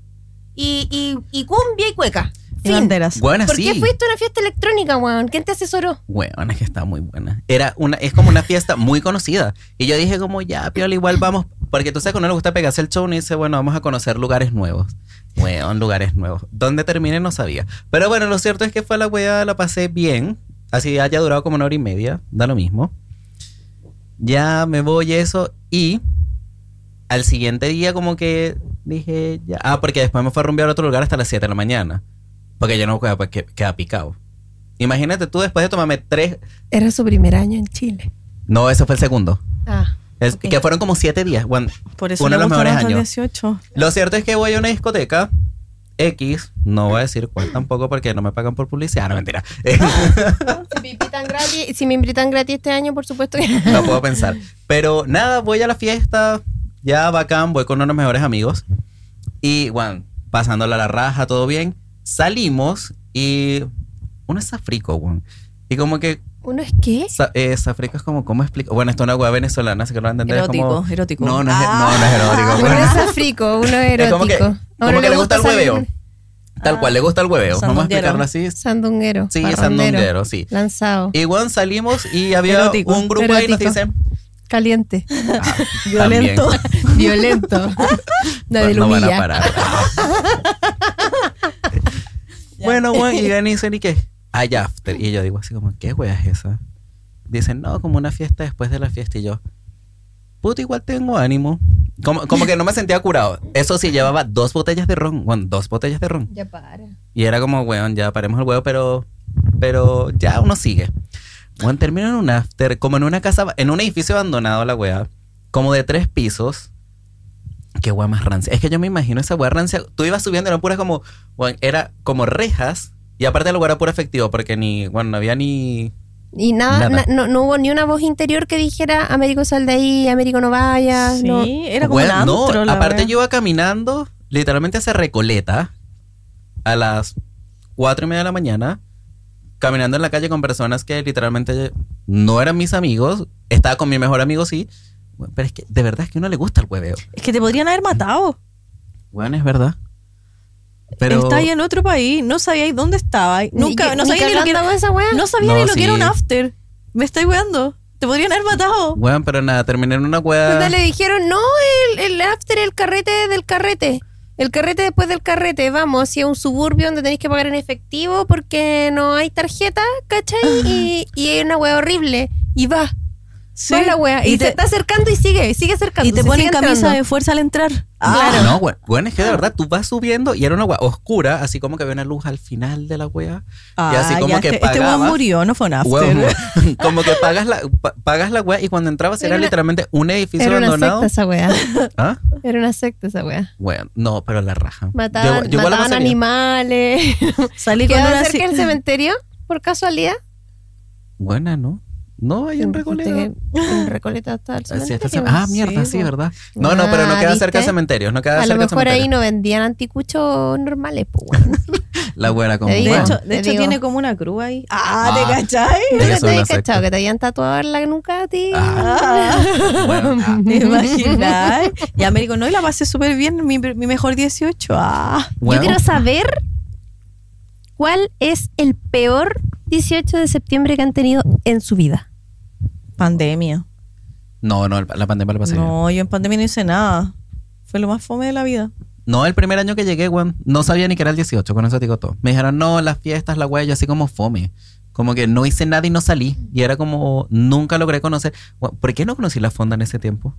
[SPEAKER 3] y, y, y cumbia y cueca.
[SPEAKER 4] y banderas.
[SPEAKER 2] Buena,
[SPEAKER 3] ¿Por
[SPEAKER 2] sí.
[SPEAKER 3] qué fuiste a una fiesta electrónica, weón? ¿Quién te asesoró?
[SPEAKER 2] Weón, es que está muy buena. Era una, es como una fiesta muy conocida. Y yo dije como, ya, Piola, igual vamos. Porque tú sabes que no le gusta pegarse el show y dice, bueno, vamos a conocer lugares nuevos. Weón, lugares nuevos. ¿Dónde terminé? No sabía. Pero bueno, lo cierto es que fue la weá, la pasé bien. Así haya durado como una hora y media. Da lo mismo. Ya me voy eso. Y al siguiente día como que dije, ya. Ah, porque después me fue a rumbear a otro lugar hasta las 7 de la mañana. Porque yo no quedaba, pues, que- quedaba picado. Imagínate tú después de tomarme tres...
[SPEAKER 3] Era su primer año en Chile.
[SPEAKER 2] No, ese fue el segundo.
[SPEAKER 3] Ah.
[SPEAKER 2] Es-
[SPEAKER 4] Ok.
[SPEAKER 2] Que fueron como siete días. Bueno,
[SPEAKER 4] Por eso
[SPEAKER 2] uno de
[SPEAKER 4] le
[SPEAKER 2] los
[SPEAKER 4] gustó
[SPEAKER 2] mejores
[SPEAKER 4] tanto el
[SPEAKER 2] años.
[SPEAKER 4] 18.
[SPEAKER 2] Lo cierto es que voy a una discoteca X, no voy a decir cuál tampoco porque no me pagan por publicidad, no mentira.
[SPEAKER 3] Si me invitan gratis, si me invitan gratis este año, por supuesto que
[SPEAKER 2] no puedo pensar. Pero nada, voy a la fiesta, ya bacán, voy con unos mejores amigos. Y, bueno, pasándola a la raja, todo bien. Salimos y. Uno es africo, weón. Y como que.
[SPEAKER 3] ¿Uno es qué?
[SPEAKER 2] sa- eh, safrico es como, ¿cómo explico? Bueno, esto es una hueá venezolana, así que no lo entendés.
[SPEAKER 4] Erótico, erótico. Ah,
[SPEAKER 2] No, no es, e- no, no es erótico.
[SPEAKER 3] Uno
[SPEAKER 2] weón.
[SPEAKER 3] Ah, es africo, uno es
[SPEAKER 2] Es
[SPEAKER 3] erótico.
[SPEAKER 2] como que,
[SPEAKER 3] A uno
[SPEAKER 2] como que le gusta el
[SPEAKER 3] salir
[SPEAKER 2] hueveo. Tal
[SPEAKER 4] Ah.
[SPEAKER 2] cual, le gusta el hueveo. Vamos a
[SPEAKER 4] Sandunguero.
[SPEAKER 2] explicarlo así.
[SPEAKER 3] Sandunguero.
[SPEAKER 2] Sí,
[SPEAKER 3] parrandero,
[SPEAKER 2] sandunguero, sí.
[SPEAKER 3] Lanzado.
[SPEAKER 2] Y bueno, salimos y había
[SPEAKER 4] Erótico.
[SPEAKER 2] un grupo ahí y nos
[SPEAKER 3] Erótico.
[SPEAKER 2] dicen...
[SPEAKER 3] Caliente.
[SPEAKER 2] ah,
[SPEAKER 4] Violento.
[SPEAKER 2] también.
[SPEAKER 3] Violento. Nadie
[SPEAKER 2] Pues no
[SPEAKER 3] lo
[SPEAKER 2] van a
[SPEAKER 3] humilla.
[SPEAKER 2] parar. bueno, bueno, y ven y dicen, ¿y qué? Hay after. Y yo digo así como, ¿qué wea es esa? Dicen, no, como una fiesta después de la fiesta. Y yo, puto, igual tengo ánimo. Como, como que no me sentía curado. Eso sí, llevaba dos botellas de ron. Bueno, dos botellas de ron.
[SPEAKER 3] Ya para.
[SPEAKER 2] Y era como, weón, ya paremos el huevo, pero, pero ya uno sigue. Weón, termino en un after, como en una casa, en un edificio abandonado, la weá, como de tres pisos. Qué weá más rancia. Es que yo me imagino esa weá rancia. Tú ibas subiendo, eran puras como, weón, era como rejas. Y aparte el lugar era puro efectivo, porque ni, bueno, no había ni...
[SPEAKER 3] Y
[SPEAKER 2] Nada.
[SPEAKER 3] nada, na- no, no hubo ni una voz interior que dijera, Américo sal de ahí, Américo no vaya.
[SPEAKER 4] Sí,
[SPEAKER 3] no.
[SPEAKER 4] era como
[SPEAKER 2] Weón,
[SPEAKER 4] un antro,
[SPEAKER 2] no,
[SPEAKER 4] la
[SPEAKER 2] aparte
[SPEAKER 4] verdad.
[SPEAKER 2] yo iba caminando literalmente hacia Recoleta a las cuatro y media de la mañana, caminando en la calle con personas que literalmente no eran mis amigos, estaba con mi mejor amigo, sí, Weón, pero es que de verdad es que a uno le gusta el hueveo.
[SPEAKER 4] Es que te podrían haber matado.
[SPEAKER 2] Bueno, es verdad. Pero
[SPEAKER 4] Estáis en otro país, no sabíais dónde estabais. Nunca, no sabía ni lo que era,
[SPEAKER 3] esa weá.
[SPEAKER 4] no sabía
[SPEAKER 2] No,
[SPEAKER 4] ni lo que era
[SPEAKER 2] sí.
[SPEAKER 4] un after. Me estoy weando. Te podrían haber matado.
[SPEAKER 2] Weón, pero nada, terminé en una hueá.
[SPEAKER 4] Pues Ah.
[SPEAKER 3] Entonces le dijeron, Pues no, el, el after, el carrete del carrete. El carrete después del carrete, vamos, si es un suburbio donde tenéis que pagar en efectivo porque no hay tarjeta, ¿cachai?
[SPEAKER 4] Ah.
[SPEAKER 3] Y, y hay una wea horrible. Y va,
[SPEAKER 4] Sí.
[SPEAKER 3] va la wea.
[SPEAKER 4] Y
[SPEAKER 3] Y, se
[SPEAKER 4] te-
[SPEAKER 3] está acercando y sigue, sigue acercando.
[SPEAKER 4] Y te ponen camisa de fuerza al entrar. Ah,
[SPEAKER 2] No, weón, weón, es que de verdad tú vas subiendo y era una hueá oscura, así como que había una luz al final de la hueá. y así
[SPEAKER 4] Ah,
[SPEAKER 2] como
[SPEAKER 4] ya,
[SPEAKER 2] que
[SPEAKER 4] este, este weón
[SPEAKER 2] pagabas.
[SPEAKER 4] murió, no fue un after.
[SPEAKER 2] Huevo, huevo. como que pagas la, pa- pagas la wea y cuando entrabas
[SPEAKER 3] Era
[SPEAKER 2] era,
[SPEAKER 3] una-
[SPEAKER 2] literalmente un edificio
[SPEAKER 3] Era una
[SPEAKER 2] abandonado.
[SPEAKER 3] secta esa wea.
[SPEAKER 2] ¿Ah?
[SPEAKER 3] Era una secta esa wea.
[SPEAKER 2] Bueno, no, pero la raja.
[SPEAKER 3] Mataban,
[SPEAKER 2] Yo- yo igual la
[SPEAKER 3] mataban
[SPEAKER 2] pasaría.
[SPEAKER 3] animales.
[SPEAKER 4] Salí con
[SPEAKER 3] ¿Quedaban
[SPEAKER 4] una
[SPEAKER 3] cerca del cementerio? ¿Por casualidad?
[SPEAKER 2] Buena, ¿no? No, hay un Recoleta.
[SPEAKER 3] En Recoleta está el
[SPEAKER 2] Ah, sí, está el
[SPEAKER 3] cementerio.
[SPEAKER 2] cem- ah, mierda,
[SPEAKER 4] sí,
[SPEAKER 2] sí,
[SPEAKER 4] bo.
[SPEAKER 2] ¿verdad? No, no, pero no
[SPEAKER 3] Ah,
[SPEAKER 2] queda cerca de
[SPEAKER 3] ¿viste?
[SPEAKER 2] cementerios, no queda
[SPEAKER 3] A lo
[SPEAKER 2] cerca de
[SPEAKER 3] mejor ahí
[SPEAKER 2] cementerios.
[SPEAKER 3] no vendían anticuchos normales, pues bueno.
[SPEAKER 2] La güera con
[SPEAKER 3] Te
[SPEAKER 4] De
[SPEAKER 3] digo.
[SPEAKER 2] bueno,
[SPEAKER 4] hecho,
[SPEAKER 3] Te
[SPEAKER 4] de hecho
[SPEAKER 3] digo.
[SPEAKER 4] tiene como una cruz ahí. Ah, ¿te
[SPEAKER 2] Ah.
[SPEAKER 4] cachai?
[SPEAKER 3] Yo
[SPEAKER 2] Eso
[SPEAKER 3] no
[SPEAKER 2] es
[SPEAKER 3] te había
[SPEAKER 2] una secta.
[SPEAKER 3] cachado que te habían tatuado en la nuca a ti.
[SPEAKER 2] Ah.
[SPEAKER 4] Ah,
[SPEAKER 2] bueno, ah,
[SPEAKER 4] ¿Te imaginas? Y Américo, no, y la pasé súper bien, mi, mi mejor 18. Ah.
[SPEAKER 2] bueno.
[SPEAKER 3] Yo quiero saber cuál es el peor 18 de septiembre que han tenido en su vida.
[SPEAKER 4] Pandemia.
[SPEAKER 2] No, no, la pandemia la pasé. bien.
[SPEAKER 4] No, yo en pandemia no hice nada. Fue lo más fome de la vida.
[SPEAKER 2] No, el primer año que llegué, weón, no sabía ni que era el 18, con eso te digo todo. Me dijeron, no, las fiestas, la wea, yo así como fome. Como que no hice nada y no salí. Y era como, nunca logré conocer. Weón, ¿Por qué no conocí la fonda en ese tiempo?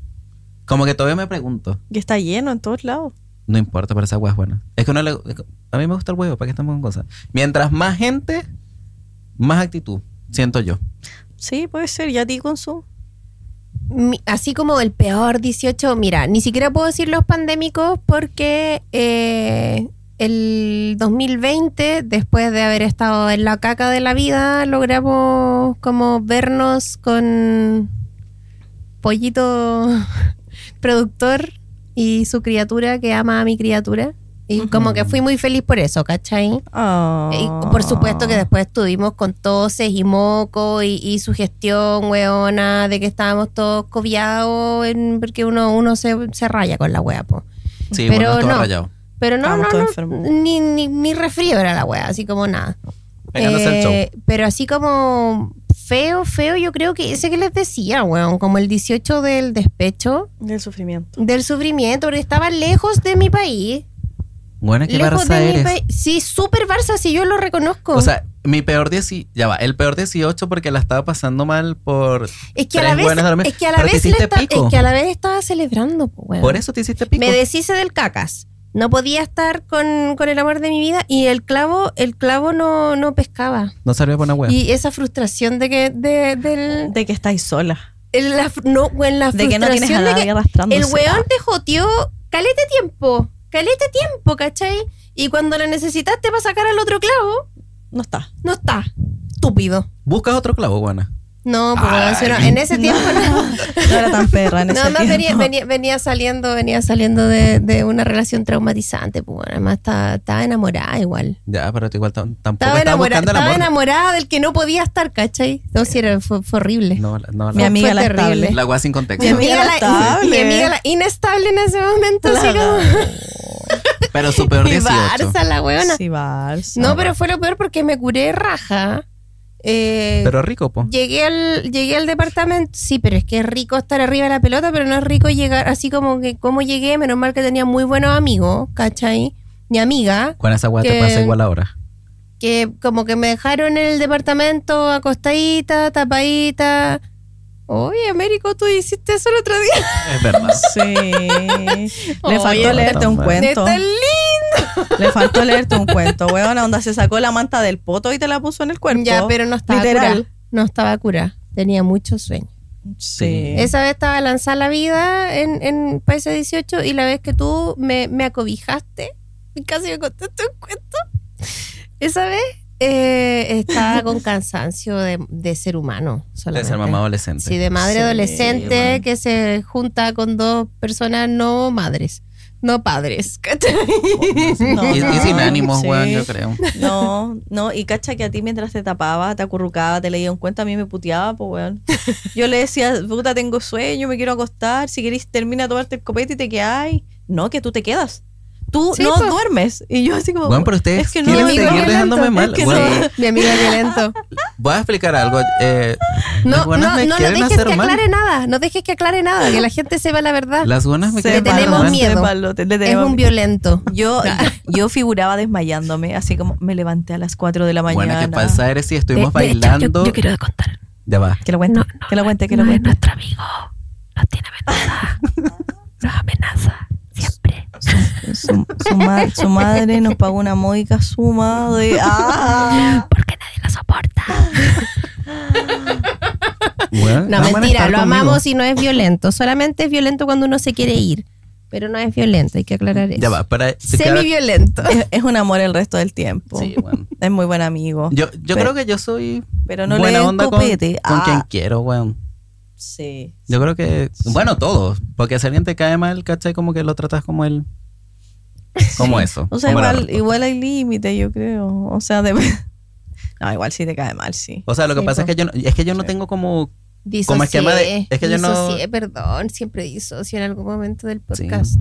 [SPEAKER 2] Como que todavía me pregunto.
[SPEAKER 4] Y está lleno en todos lados.
[SPEAKER 2] No importa, pero esa wea es buena. Es que no le, es que- a mí me gusta el huevo, ¿para qué estamos con cosas? Mientras más gente, más actitud, siento yo.
[SPEAKER 4] Sí, puede ser. Ya ti con Zoom.
[SPEAKER 3] Mi- así como el peor 18, mira, ni siquiera puedo decir los pandémicos porque eh, el 2020, después de haber estado en la caca de la vida, logramos como vernos con pollito productor y su criatura que ama a mi criatura. Y como que fui muy feliz por eso, ¿cachai?
[SPEAKER 2] Ah.
[SPEAKER 3] Y por supuesto
[SPEAKER 2] Oh.
[SPEAKER 3] que después estuvimos con toses y moco y, y sugestión, weona, de que estábamos todos cobiados, en- porque uno, uno se, se raya con la wea, po.
[SPEAKER 2] Sí,
[SPEAKER 3] Pero
[SPEAKER 2] bueno, todo
[SPEAKER 3] no.
[SPEAKER 2] rayado.
[SPEAKER 3] Pero no,
[SPEAKER 4] Estábamos
[SPEAKER 3] no,
[SPEAKER 4] todos
[SPEAKER 3] no,
[SPEAKER 4] enfermos.
[SPEAKER 3] ni, ni, ni resfrío era la wea, así como nada.
[SPEAKER 2] Pegándose el
[SPEAKER 3] Eh, Pero así como feo, feo, yo creo que ese que les decía, weón, como el 18 del despecho,
[SPEAKER 4] Del sufrimiento.
[SPEAKER 3] del sufrimiento, porque estaba lejos de mi país.
[SPEAKER 2] Bueno, Ah, ¿qué
[SPEAKER 3] lejos
[SPEAKER 2] Barça
[SPEAKER 3] de mi
[SPEAKER 2] eres?
[SPEAKER 3] país. Sí, súper Barça, si yo lo reconozco.
[SPEAKER 2] O sea, mi peor 18, ya va, el peor 18 porque la estaba pasando mal por...
[SPEAKER 3] es que a
[SPEAKER 2] tres
[SPEAKER 3] la vez,
[SPEAKER 2] buenas dormidas.
[SPEAKER 3] es que a la
[SPEAKER 2] Pero te
[SPEAKER 3] vez, le
[SPEAKER 2] hiciste
[SPEAKER 3] esta-
[SPEAKER 2] pico.
[SPEAKER 3] es que a la vez estaba celebrando, po, weón.
[SPEAKER 2] Por eso te hiciste pico.
[SPEAKER 3] Me deshice del cacas. No podía estar con, con el amor de mi vida y el clavo, el clavo no, no pescaba.
[SPEAKER 2] No salió por una hueá.
[SPEAKER 3] Y esa frustración de que, de, del,
[SPEAKER 4] De que estáis sola.
[SPEAKER 3] el- la, fr- no, güey, la
[SPEAKER 4] De que no tienes a
[SPEAKER 3] frustración de que
[SPEAKER 4] nadie arrastrando.
[SPEAKER 3] el weón te joteó calete tiempo, calete tiempo, ¿cachai? Y cuando lo necesitaste para sacar al otro clavo,
[SPEAKER 4] No está.
[SPEAKER 3] no está. Estúpido.
[SPEAKER 2] Buscas otro clavo, buena.
[SPEAKER 3] No, porque en ese tiempo no.
[SPEAKER 4] No era tan perra en ese
[SPEAKER 3] No, además
[SPEAKER 4] tiempo.
[SPEAKER 3] venía, venía, venía saliendo, venía saliendo de, de una relación traumatizante, pues, bueno, además estaba, estaba enamorada igual.
[SPEAKER 2] Ya, pero igual tam- tampoco
[SPEAKER 3] Estaba,
[SPEAKER 2] estaba,
[SPEAKER 3] enamorada,
[SPEAKER 2] buscando el
[SPEAKER 3] estaba
[SPEAKER 2] amor.
[SPEAKER 3] enamorada del que no podía estar, ¿cachai? No, sí, era, fue, fue horrible.
[SPEAKER 2] No, la- no, la,
[SPEAKER 4] Mi
[SPEAKER 3] Fue
[SPEAKER 4] amiga la
[SPEAKER 3] terrible.
[SPEAKER 4] estable.
[SPEAKER 2] la hueá sin contexto.
[SPEAKER 4] Mi amiga la estable.
[SPEAKER 3] mi amiga la inestable en ese momento, así como-
[SPEAKER 2] Pero su peor
[SPEAKER 3] Y
[SPEAKER 2] 18.
[SPEAKER 3] Barça, la weona.
[SPEAKER 4] Sí, Barça.
[SPEAKER 3] No, pero fue lo peor porque me curé raja. Eh,
[SPEAKER 2] Pero rico, po.
[SPEAKER 3] llegué al, llegué al departamento. Sí, pero es que es rico estar arriba de la pelota, pero no es rico llegar así como que como llegué. Menos mal que tenía muy buenos amigos, ¿cachai? Mi amiga,
[SPEAKER 2] Con esa hueá te
[SPEAKER 3] que-
[SPEAKER 2] pasa igual ahora.
[SPEAKER 3] que como que me dejaron en el departamento acostadita, tapadita. Oye, Américo, tú hiciste eso el otro día.
[SPEAKER 2] Es verdad.
[SPEAKER 4] Sí. Le
[SPEAKER 3] Oye,
[SPEAKER 4] faltó leerte
[SPEAKER 2] tan
[SPEAKER 4] un
[SPEAKER 2] mal.
[SPEAKER 4] cuento.
[SPEAKER 3] Está lindo.
[SPEAKER 4] Le faltó leerte un cuento. Weón, onda se sacó la manta del poto y te la puso en el cuerpo.
[SPEAKER 3] Ya, pero no estaba
[SPEAKER 4] Literal.
[SPEAKER 3] curada. No estaba curada. Tenía mucho sueño.
[SPEAKER 4] Sí.
[SPEAKER 3] Esa vez estaba lanzada la vida en, en Países 18 y la vez que tú me, me acobijaste y casi me contaste un cuento, esa vez eh, estaba con cansancio de, de ser humano.
[SPEAKER 2] De
[SPEAKER 3] Solamente.
[SPEAKER 2] ser mamá adolescente.
[SPEAKER 3] Sí, de madre
[SPEAKER 4] Sí,
[SPEAKER 3] adolescente
[SPEAKER 4] bueno.
[SPEAKER 3] que se junta con dos personas no madres, no padres. ¿cachai?
[SPEAKER 4] No,
[SPEAKER 2] y, y
[SPEAKER 4] no,
[SPEAKER 2] sin ánimos,
[SPEAKER 4] sí.
[SPEAKER 2] weón, yo creo.
[SPEAKER 4] No, no, y cacha que a ti mientras te tapaba, te acurrucaba, te leía un cuento, a mí me puteaba, pues weón. Yo le decía, puta, tengo sueño, me quiero acostar, si querés termina de tomarte el copete y te quedáis. No, que tú te quedas. Tú
[SPEAKER 3] Sí,
[SPEAKER 4] no
[SPEAKER 3] pues.
[SPEAKER 4] duermes. Y yo así como...
[SPEAKER 2] Bueno, pero ustedes
[SPEAKER 4] es que no,
[SPEAKER 2] quieren
[SPEAKER 4] amigo,
[SPEAKER 2] seguir
[SPEAKER 4] violento,
[SPEAKER 2] dejándome
[SPEAKER 4] es
[SPEAKER 2] mal.
[SPEAKER 4] que
[SPEAKER 2] Bueno,
[SPEAKER 4] no.
[SPEAKER 3] Mi amigo violento.
[SPEAKER 2] voy a explicar algo. eh,
[SPEAKER 3] No,
[SPEAKER 2] las
[SPEAKER 3] no,
[SPEAKER 2] buenas
[SPEAKER 3] no,
[SPEAKER 2] me
[SPEAKER 3] no
[SPEAKER 2] quieren
[SPEAKER 3] dejes que
[SPEAKER 2] hacer mal.
[SPEAKER 3] aclare nada, no dejes que aclare nada, que la gente sepa la verdad.
[SPEAKER 2] Las buenas me
[SPEAKER 3] Le
[SPEAKER 2] quieren
[SPEAKER 3] tenemos
[SPEAKER 2] hacer mal.
[SPEAKER 3] miedo.
[SPEAKER 4] sépanlo, te- le
[SPEAKER 3] es
[SPEAKER 4] tenemos
[SPEAKER 3] un
[SPEAKER 4] miedo.
[SPEAKER 3] violento.
[SPEAKER 4] Yo, yo figuraba desmayándome, así como me levanté a las 4 de la mañana.
[SPEAKER 2] Bueno, qué falsa eres. Sí, estuvimos
[SPEAKER 3] De- de hecho,
[SPEAKER 2] bailando.
[SPEAKER 3] yo, yo quiero contar.
[SPEAKER 2] Ya va.
[SPEAKER 4] Que lo cuente,
[SPEAKER 3] No,
[SPEAKER 4] que lo cuente, que
[SPEAKER 3] no
[SPEAKER 4] lo
[SPEAKER 3] es
[SPEAKER 4] cuente.
[SPEAKER 3] nuestro amigo. Nos tiene amenaza. Nos amenaza. Siempre.
[SPEAKER 4] Su, su ma- su madre nos pagó una módica suma de... ¡Ah!
[SPEAKER 3] Porque nadie lo soporta.
[SPEAKER 2] Weón,
[SPEAKER 3] No,
[SPEAKER 2] van a
[SPEAKER 3] mentira.
[SPEAKER 2] estar
[SPEAKER 3] Lo
[SPEAKER 2] conmigo.
[SPEAKER 3] amamos y no es violento. Solamente es violento cuando uno se quiere ir. Pero no es violento. Hay que aclarar eso.
[SPEAKER 2] Ya va, para.
[SPEAKER 3] Semi-violento.
[SPEAKER 4] Es, es un amor el resto del tiempo.
[SPEAKER 2] Sí, bueno.
[SPEAKER 4] Es muy buen amigo.
[SPEAKER 2] Yo, yo
[SPEAKER 4] Pero-
[SPEAKER 2] creo que yo soy
[SPEAKER 4] pero no le
[SPEAKER 2] buena
[SPEAKER 4] den
[SPEAKER 2] onda con,
[SPEAKER 4] copete.
[SPEAKER 2] con
[SPEAKER 4] Ah.
[SPEAKER 2] quien quiero, weón.
[SPEAKER 4] Sí.
[SPEAKER 2] Yo creo que, bueno, todos. Porque si alguien te cae mal, ¿cachai? Como que lo tratas como él. Como eso.
[SPEAKER 4] O sea,
[SPEAKER 2] como el
[SPEAKER 4] igual,
[SPEAKER 2] orto.
[SPEAKER 4] igual hay límite, yo creo. O sea, de... No, igual sí te cae mal, sí.
[SPEAKER 2] O sea, lo que
[SPEAKER 3] Sí,
[SPEAKER 2] pasa
[SPEAKER 3] po.
[SPEAKER 2] es que yo no, es que yo no tengo como.
[SPEAKER 3] Disocié.
[SPEAKER 2] Como esquema de- es que yo no-
[SPEAKER 3] disocié, perdón. Siempre disocio en algún momento del podcast.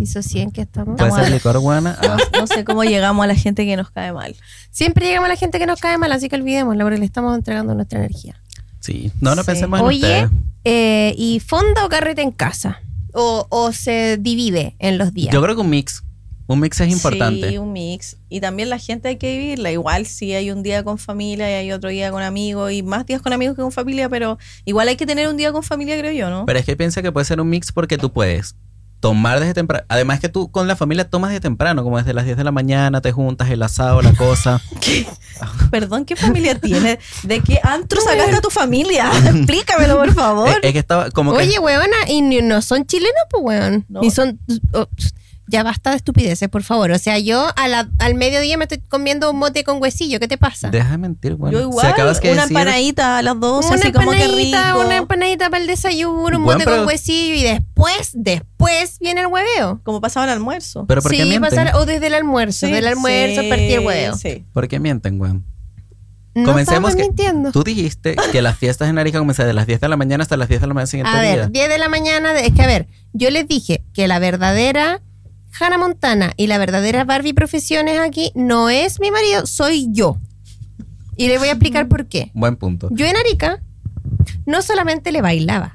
[SPEAKER 3] Disocié en que estamos.
[SPEAKER 2] Puede ser
[SPEAKER 4] Estamos-
[SPEAKER 2] licor, guana. Ah,
[SPEAKER 4] No sé cómo llegamos a la gente que nos cae mal.
[SPEAKER 3] Siempre llegamos a la gente que nos cae mal, así que olvidémosla porque le estamos entregando nuestra energía.
[SPEAKER 2] sí. No, no
[SPEAKER 4] Sí.
[SPEAKER 2] pensemos en
[SPEAKER 3] Oye,
[SPEAKER 2] ustedes.
[SPEAKER 3] eh, ¿y fonda o carrete en casa? O, o se divide en los días?
[SPEAKER 2] Yo creo que un mix. Un mix es importante.
[SPEAKER 4] Sí, un mix. Y también la gente hay que vivirla. Igual si hay un día con familia y hay otro día con amigos y más días con amigos que con familia, pero igual hay que tener un día con familia, creo yo, ¿no?
[SPEAKER 2] Pero es que piensa que puede ser un mix porque tú puedes tomar desde temprano. Además que tú con la familia tomas desde temprano, como desde las 10 de la mañana, te juntas, el asado, la cosa.
[SPEAKER 4] Perdón, ¿qué familia tiene? ¿De qué antro sacaste a tu familia? Explícamelo, por favor.
[SPEAKER 2] es, es que estaba como que...
[SPEAKER 3] Oye, weona, y ni- no son chilenos, pues, weón.
[SPEAKER 4] No.
[SPEAKER 3] Ni son. oh, ya basta de estupideces, por favor. O sea, yo a la- al mediodía me estoy comiendo un mote con huesillo. ¿Qué te pasa?
[SPEAKER 2] Deja de mentir, bueno.
[SPEAKER 4] Yo igual, una empanadita a las 12,
[SPEAKER 3] una
[SPEAKER 4] así como que
[SPEAKER 3] empanadita,
[SPEAKER 4] rico.
[SPEAKER 3] una empanadita para el desayuno, un
[SPEAKER 2] Weón,
[SPEAKER 3] mote
[SPEAKER 2] pero-
[SPEAKER 3] con huesillo y después, después viene el hueveo.
[SPEAKER 4] Como pasaba el almuerzo.
[SPEAKER 2] Pero ¿por qué mienten?
[SPEAKER 3] pasar- o desde el almuerzo, del almuerzo
[SPEAKER 4] sí,
[SPEAKER 3] partir el hueveo.
[SPEAKER 4] Sí.
[SPEAKER 2] ¿Por qué mienten, weón?
[SPEAKER 3] No
[SPEAKER 2] Comencemos
[SPEAKER 3] estamos
[SPEAKER 2] que-
[SPEAKER 3] mintiendo.
[SPEAKER 2] Tú dijiste que las fiestas en Arica comenzaban de las 10 de la mañana hasta las 10 de la mañana siguiente
[SPEAKER 3] A ver,
[SPEAKER 2] día.
[SPEAKER 3] 10 de la mañana, de- es que a ver, yo les dije que la verdadera Hannah Montana y la verdadera Barbie Profesiones aquí no es mi marido, soy yo. Y le voy a explicar por qué.
[SPEAKER 2] Buen punto.
[SPEAKER 3] Yo en Arica no solamente le bailaba,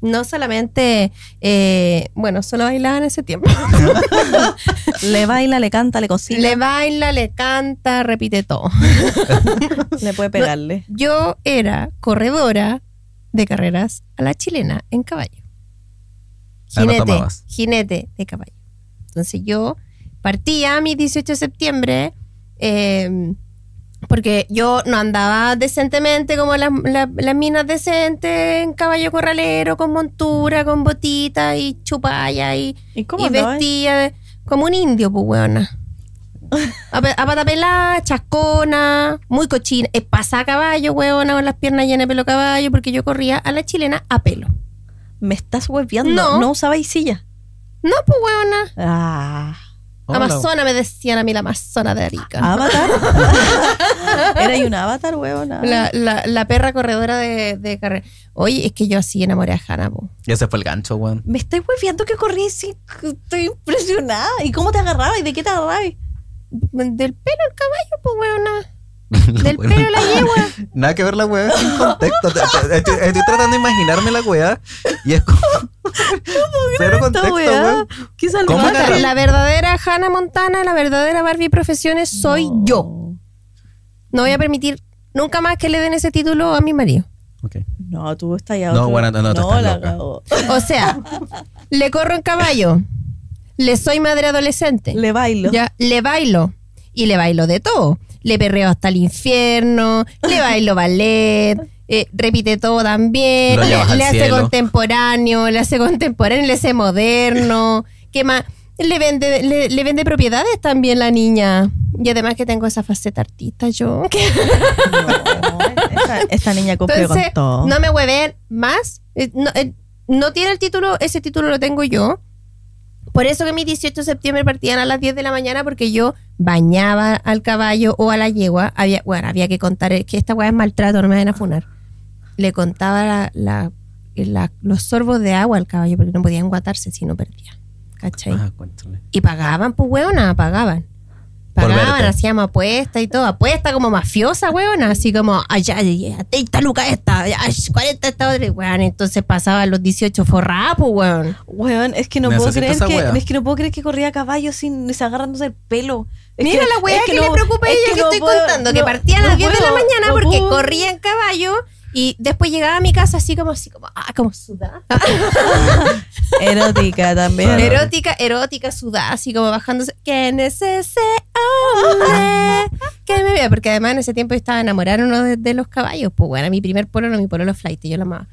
[SPEAKER 3] no solamente, eh, bueno, solo bailaba en ese tiempo.
[SPEAKER 4] Le baila, le canta, le cocina.
[SPEAKER 3] Le baila, le canta, repite todo.
[SPEAKER 4] le puede pegarle.
[SPEAKER 3] Yo era corredora de carreras a la chilena en caballo.
[SPEAKER 2] Ah, no
[SPEAKER 3] Jinete,
[SPEAKER 2] tomabas.
[SPEAKER 3] jinete de caballo. Entonces yo partía mi 18 de septiembre eh, porque yo no andaba decentemente como las, las- las minas decentes en caballo corralero, con montura, con botita y chupalla y,
[SPEAKER 4] ¿Y cómo
[SPEAKER 3] y
[SPEAKER 4] andaba?
[SPEAKER 3] vestía de- como un indio, pues weona. A, pe- a pata pelada, chascona, muy cochina. Es pasar a caballo, weona, con las piernas llenas de pelo caballo, porque yo corría a la chilena a pelo.
[SPEAKER 4] Me estás hueveando.
[SPEAKER 3] No.
[SPEAKER 4] No, usaba silla.
[SPEAKER 3] No, pues weona.
[SPEAKER 4] Ah.
[SPEAKER 2] Hola.
[SPEAKER 3] Amazona me decían a mí la Amazona de Arica.
[SPEAKER 4] Avatar. Era un avatar, huevona.
[SPEAKER 3] La, la- la perra corredora de, de carrera. Oye, es que yo así enamoré a Hannah, po.
[SPEAKER 2] Y ese fue el gancho, weón.
[SPEAKER 4] Me estáis hueveando que corrí así. Estoy impresionada. ¿Y cómo te agarraba? ¿Y de qué te agarraba?
[SPEAKER 3] Del pelo al caballo, pues weona. Del pelo a la yegua.
[SPEAKER 2] Nada que ver la weá sin contexto. Te- te- estoy, estoy tratando de imaginarme la weá y es como. Cero contexto, weón.
[SPEAKER 4] ¿Qué
[SPEAKER 2] ¿Cómo
[SPEAKER 4] salvada?
[SPEAKER 2] agarra-
[SPEAKER 3] La verdadera Hannah Montana, la verdadera Barbie Profesiones soy yo. No voy a permitir nunca más que le den ese título a mi marido.
[SPEAKER 2] Ok.
[SPEAKER 4] No, tú estás ya
[SPEAKER 2] No,
[SPEAKER 4] otro-
[SPEAKER 2] bueno, no, no, tú estás
[SPEAKER 4] la
[SPEAKER 2] loca.
[SPEAKER 4] cagó.
[SPEAKER 3] O sea, le corro en caballo. Le soy madre adolescente.
[SPEAKER 4] Le bailo.
[SPEAKER 3] Ya, le bailo. Y le bailo de todo. Le perreo hasta el infierno, le bailo ballet, eh, repite todo también.
[SPEAKER 2] Lo
[SPEAKER 3] Le,
[SPEAKER 2] llevas al
[SPEAKER 3] le hace
[SPEAKER 2] cielo.
[SPEAKER 3] contemporáneo, le hace contemporáneo, le hace moderno. ¿Qué más? Le vende, le, le vende propiedades también la niña. Y además que tengo esa faceta artista yo.
[SPEAKER 4] No, esta, esta niña cumple
[SPEAKER 3] Entonces,
[SPEAKER 4] con todo.
[SPEAKER 3] no me hueven más. Eh, No, eh, no tiene el título, ese título lo tengo yo. Por eso que mis 18 de septiembre partían a las 10 de la mañana porque yo bañaba al caballo o a la yegua. Había, bueno, había que contar, eh, que esta weá es maltrato, no me van a funar. Le contaba la- la- la- los sorbos de agua al caballo porque no podían guatarse si no perdía. ¿Cachai?
[SPEAKER 2] Ah, cuéntale.
[SPEAKER 3] Y pagaban, pues, weona, pagaban.
[SPEAKER 2] Por
[SPEAKER 3] Pagaban,
[SPEAKER 2] verte.
[SPEAKER 3] hacíamos apuestas y todo. Apuesta como mafiosa, weona. Así como, ay, ay, ay, 30 lucas esta, ay, 40 esta otra. Y, weón, entonces pasaban los 18 forrados, pues, weón.
[SPEAKER 4] Weón, es que no puedo
[SPEAKER 2] Necesito
[SPEAKER 4] creer
[SPEAKER 2] esa wea.
[SPEAKER 4] que, es que no puedo creer que corría a caballo sin se agarrándose el pelo. Es
[SPEAKER 3] Mira
[SPEAKER 4] que-
[SPEAKER 3] la weá
[SPEAKER 4] es
[SPEAKER 3] que, le
[SPEAKER 4] no-
[SPEAKER 3] preocupa a
[SPEAKER 4] es
[SPEAKER 3] ella que,
[SPEAKER 4] no
[SPEAKER 3] estoy
[SPEAKER 4] puedo,
[SPEAKER 3] contando. que
[SPEAKER 4] no-
[SPEAKER 3] partía a las
[SPEAKER 4] no
[SPEAKER 3] 10 de la
[SPEAKER 4] puedo,
[SPEAKER 3] mañana
[SPEAKER 4] no
[SPEAKER 3] porque
[SPEAKER 4] puedo.
[SPEAKER 3] corría en caballo y después llegaba a mi casa así como, así como, ah, como sudada.
[SPEAKER 4] Erótica también.
[SPEAKER 2] Claro.
[SPEAKER 3] Erótica, erótica, sudada, así como bajándose. ¿Quién es ese hombre? Que me vea, porque además en ese tiempo yo estaba enamorada de uno de, de los caballos. Pues bueno, mi primer polo no mi polo los flight, yo la amaba.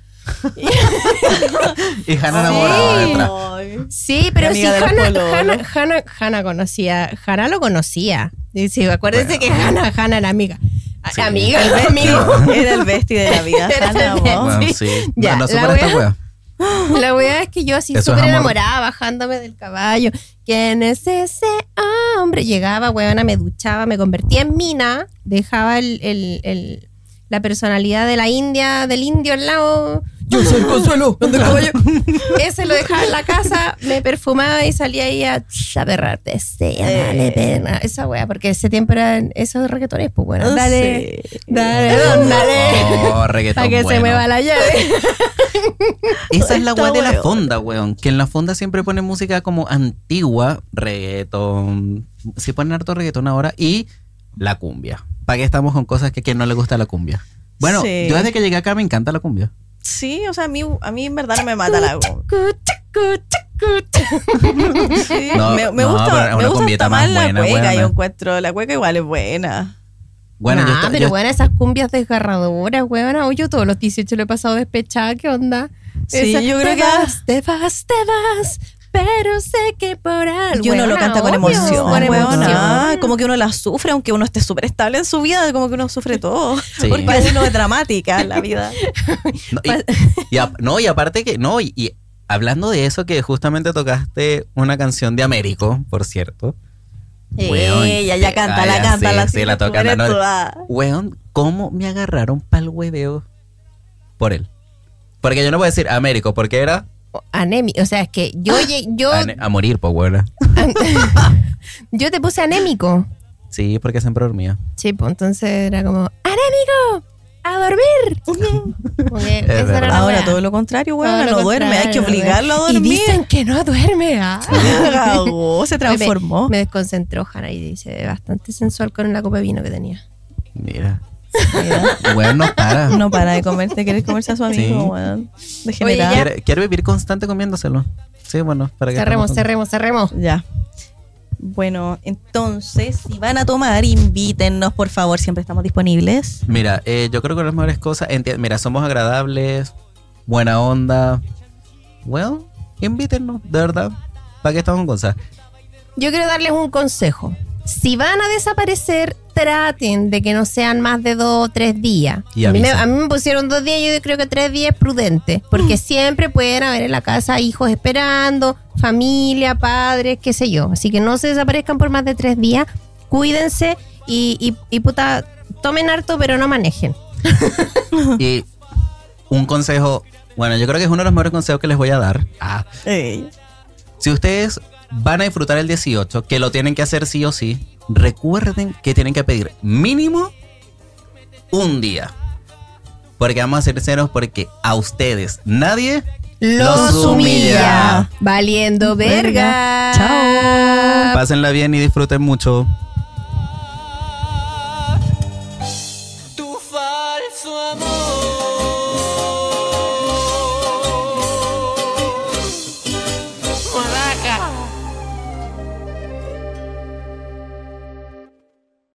[SPEAKER 2] Y Hannah enamorada
[SPEAKER 3] Sí.
[SPEAKER 2] detrás.
[SPEAKER 4] Ay.
[SPEAKER 3] Sí, pero si
[SPEAKER 4] Amiga de los
[SPEAKER 3] Hannah,
[SPEAKER 4] pololos.
[SPEAKER 3] Hannah, Hannah- Hannah conocía, Hannah lo conocía. Y sí, acuérdense que Hannah, Hannah era amiga. A-
[SPEAKER 2] Sí.
[SPEAKER 3] Amiga, amigo.
[SPEAKER 4] Era el bestie de la vida,
[SPEAKER 3] Era
[SPEAKER 4] Hannah,
[SPEAKER 3] el
[SPEAKER 4] weón.
[SPEAKER 2] Weón, sí.
[SPEAKER 3] Ya,
[SPEAKER 2] no, no
[SPEAKER 3] la
[SPEAKER 2] supera esta
[SPEAKER 3] wea-
[SPEAKER 2] weá.
[SPEAKER 3] La verdad es que yo así
[SPEAKER 2] Eso es
[SPEAKER 3] súper
[SPEAKER 2] amor.
[SPEAKER 3] enamorada, bajándome del caballo. ¿Quién es ese hombre? Llegaba, huevona, me duchaba, me convertía en mina, dejaba el, el- el- la personalidad de la India, del indio al lado.
[SPEAKER 2] Yo soy el consuelo. ¿Dónde caballo?
[SPEAKER 3] Ese lo dejaba en la casa, me perfumaba y salía ahí a, a perrar. Desea, dale, pena. Esa wea, porque ese tiempo eran esos reggaetones, pues bueno.
[SPEAKER 4] Ah,
[SPEAKER 3] Dale,
[SPEAKER 4] sí.
[SPEAKER 3] dale, don, dale.
[SPEAKER 2] Oh, reggaetón
[SPEAKER 3] Para que se
[SPEAKER 2] bueno.
[SPEAKER 3] me va la llave.
[SPEAKER 2] Esa es la
[SPEAKER 4] Está
[SPEAKER 2] weá de la
[SPEAKER 4] weón.
[SPEAKER 2] fonda, weón. Que en la fonda siempre ponen música como antigua, reggaetón. Sí ponen harto reggaetón ahora y la cumbia. ¿Para qué estamos con cosas que a quien no le gusta la cumbia? Bueno,
[SPEAKER 4] Sí.
[SPEAKER 2] yo desde que llegué acá me encanta la cumbia.
[SPEAKER 4] Sí, o sea, a mí, a mí en verdad no me mata la Sí,
[SPEAKER 2] No,
[SPEAKER 4] me, me
[SPEAKER 2] no, pero es
[SPEAKER 4] gusta,
[SPEAKER 2] una
[SPEAKER 4] me gusta
[SPEAKER 2] cumbieta
[SPEAKER 4] hasta
[SPEAKER 2] más
[SPEAKER 4] más la
[SPEAKER 2] buena,
[SPEAKER 4] cueca,
[SPEAKER 2] buena.
[SPEAKER 4] yo encuentro, la cueca igual es buena.
[SPEAKER 2] Bueno,
[SPEAKER 3] Nah,
[SPEAKER 2] yo, esta-
[SPEAKER 3] Ah, pero
[SPEAKER 2] yo-
[SPEAKER 3] bueno, esas cumbias desgarradoras, weón. Hoy yo todos los 18 lo he pasado despechada, ¿qué onda?
[SPEAKER 4] Sí, yo creo
[SPEAKER 3] te
[SPEAKER 4] que-
[SPEAKER 3] Vas, te vas, te vas, pero sé que por algo.
[SPEAKER 4] Y uno lo
[SPEAKER 3] weona,
[SPEAKER 4] canta con
[SPEAKER 3] obvio,
[SPEAKER 4] emoción,
[SPEAKER 3] con
[SPEAKER 4] weona.
[SPEAKER 3] emoción.
[SPEAKER 4] Como que uno la sufre, aunque uno esté súper estable en su vida, como que uno sufre todo.
[SPEAKER 2] Sí.
[SPEAKER 4] Porque uno es dramática en la vida.
[SPEAKER 2] no, y, y a- no, y aparte que, no, y, y hablando de eso, que justamente tocaste una canción de Américo, por cierto.
[SPEAKER 3] Eh,
[SPEAKER 2] Weón,
[SPEAKER 4] Ella ya
[SPEAKER 2] que-
[SPEAKER 4] canta,
[SPEAKER 2] ah,
[SPEAKER 4] la
[SPEAKER 2] ya,
[SPEAKER 4] canta,
[SPEAKER 2] sí,
[SPEAKER 4] la
[SPEAKER 2] sí, la
[SPEAKER 4] tú
[SPEAKER 2] tocan,
[SPEAKER 4] eres
[SPEAKER 2] no, no.
[SPEAKER 4] tú, ah.
[SPEAKER 2] Weón, ¿cómo me agarraron pa'l hueveo por él? Porque yo no puedo decir Américo, porque era
[SPEAKER 3] anémico. O sea, es que yo,
[SPEAKER 4] Ah,
[SPEAKER 3] lle- yo,
[SPEAKER 2] A, ne- a morir, pues, weona.
[SPEAKER 3] yo te puse anémico.
[SPEAKER 2] Sí, porque siempre dormía.
[SPEAKER 3] Sí, pues entonces era como, ¡anémico! ¡A dormir! Porque
[SPEAKER 2] Es
[SPEAKER 3] esa era
[SPEAKER 2] verdad.
[SPEAKER 3] la
[SPEAKER 4] Ahora
[SPEAKER 3] wea.
[SPEAKER 4] todo lo contrario,
[SPEAKER 3] Todo
[SPEAKER 4] weón,
[SPEAKER 3] lo
[SPEAKER 4] no
[SPEAKER 3] contrario,
[SPEAKER 4] duerme, hay que
[SPEAKER 3] no duerme.
[SPEAKER 4] obligarlo a
[SPEAKER 3] Y
[SPEAKER 4] dormir.
[SPEAKER 3] dicen que no duerme, ¿ah?
[SPEAKER 4] Cagó, se transformó.
[SPEAKER 3] Me desconcentró Hannah y dice, bastante sensual con la copa de vino que tenía.
[SPEAKER 2] Mira.
[SPEAKER 4] Mira,
[SPEAKER 2] Weón, no para.
[SPEAKER 4] No para de comerte, querés comerse a su amigo,
[SPEAKER 2] Sí.
[SPEAKER 4] weón.
[SPEAKER 3] ya.
[SPEAKER 4] Degenerado.
[SPEAKER 2] Quiere, quiere vivir constante comiéndoselo. Sí, bueno, para que.
[SPEAKER 3] Cerremos,
[SPEAKER 2] estamos
[SPEAKER 3] cerremos, cerremos.
[SPEAKER 4] Ya. Bueno, entonces, si van a tomar, invítennos, por favor, siempre estamos disponibles.
[SPEAKER 2] con- Mira, eh, yo creo que las mejores cosas. enti- Mira, somos agradables, buena onda. Well, invítennos, de verdad. ¿Para qué estamos en cosas?
[SPEAKER 3] Yo quiero darles un consejo. Si van a desaparecer, traten de que no sean más de dos o tres días.
[SPEAKER 2] Y
[SPEAKER 3] a, mí me,
[SPEAKER 2] avisen.
[SPEAKER 3] a mí me pusieron dos días, yo creo que tres días es prudente, porque siempre pueden haber en la casa hijos esperando, familia, padres, qué sé yo. Así que no se desaparezcan por más de tres días, cuídense y, y- y puta, tomen harto, pero no manejen.
[SPEAKER 2] Y un consejo. Bueno, yo creo que es uno de los mejores consejos que les voy a dar. Ah, Si ustedes van a disfrutar el 18, que lo tienen que hacer sí o sí, recuerden que tienen que pedir mínimo un día. Porque vamos a ser sinceros, porque a ustedes nadie
[SPEAKER 3] Los,
[SPEAKER 2] Los
[SPEAKER 3] humilla.
[SPEAKER 2] humilla.
[SPEAKER 3] Valiendo verga.
[SPEAKER 4] Verga. Chao.
[SPEAKER 2] pásenla bien y disfruten mucho.